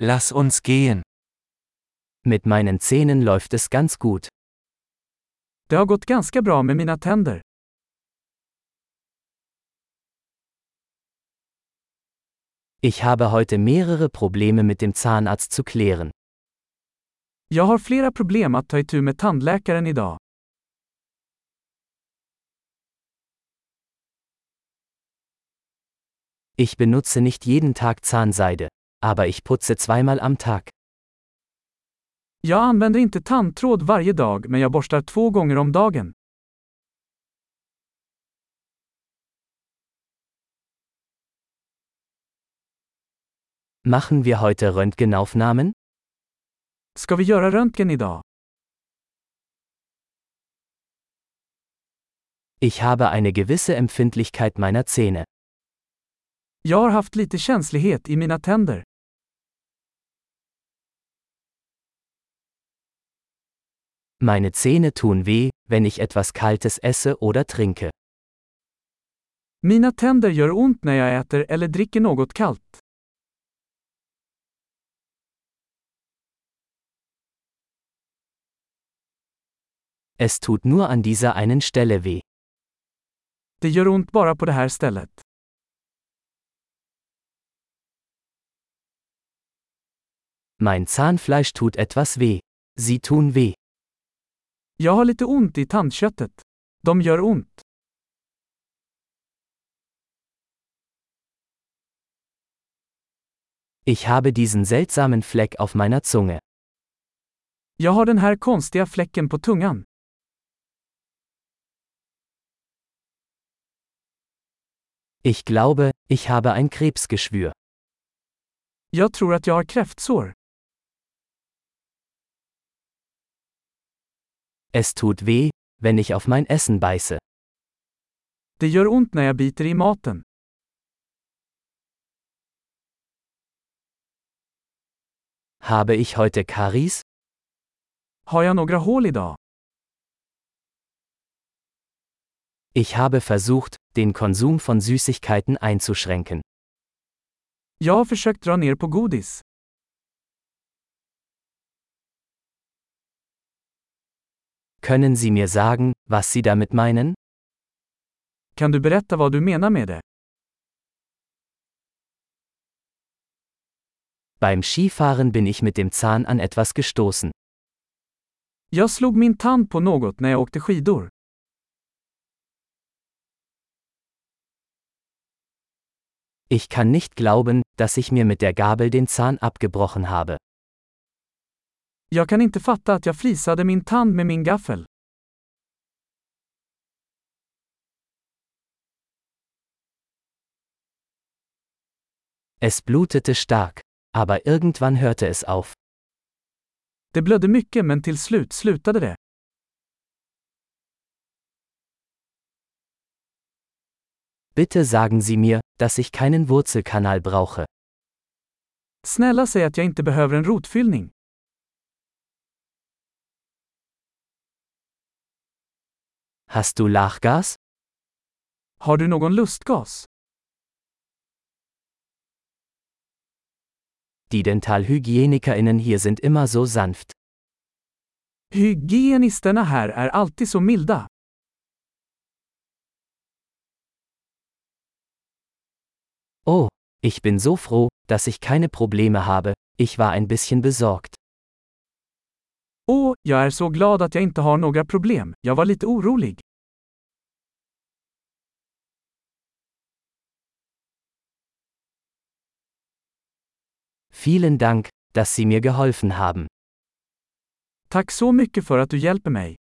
Lass uns gehen. Mit meinen Zähnen läuft es ganz gut. Det har gått ganska bra med mina tänder. Ich habe heute mehrere Probleme mit dem Zahnarzt zu klären. Jag har flera problem att ta itu med tandläkaren idag. Ich benutze nicht jeden Tag Zahnseide, aber ich putze zweimal am Tag. Jag använder inte tandtråd varje dag men jag borstar två gånger om dagen. Machen wir heute Röntgenaufnahmen? Ska vi göra röntgen idag? Ich habe eine gewisse Empfindlichkeit meiner Zähne. Jag har haft lite känslighet i mina tänder. Meine Zähne tun weh, wenn ich etwas Kaltes esse oder trinke. Mina tänder gör ont när jag äter eller dricker något kallt. Es tut nur an dieser einen Stelle weh. Det gör ont bara på det här stället. Mein Zahnfleisch tut etwas weh. Sie tun weh. Jag har lite ont i tandköttet. De gör ont. Ich habe diesen seltsamen Fleck auf meiner Zunge. Jag har den här konstiga fläcken på tungan. Ich glaube, ich habe ein Krebsgeschwür. Jag tror att jag har kräftsår. Es tut weh, wenn ich auf mein Essen beiße. Det gör ont när jag biter i maten. Habe ich heute Karies? Har jag några hål idag? Ich habe versucht, den Konsum von Süßigkeiten einzuschränken. Jag har försökt dra ner på godis. Können Sie mir sagen, was Sie damit meinen? Kan du berätta vad du menar med det? Beim Skifahren bin ich mit dem Zahn an etwas gestoßen. Jag slog min tand på något när jag åkte skidor. Ich kann nicht glauben, dass ich mir mit der Gabel den Zahn abgebrochen habe. Jag kan inte fatta att jag flisade min tand med min gaffel. Es blutete stark, aber irgendwann hörte es auf. Det blödde mycket men till slut slutade det. Bitte sagen Sie mir, dass ich keinen Wurzelkanal brauche. Snälla säg att jag inte behöver en rotfyllning. Hast du Lachgas? Har du någon lustgas? Die DentalhygienikerInnen hier sind immer so sanft. Hygienisterna här är alltid så milda. Oh, ich bin so froh, dass ich keine Probleme habe, ich war ein bisschen besorgt. Åh, jag är så glad att jag inte har några problem, jag var lite orolig. Vielen Dank, dass Sie mir geholfen haben. Tack så mycket för att du hjälper mig.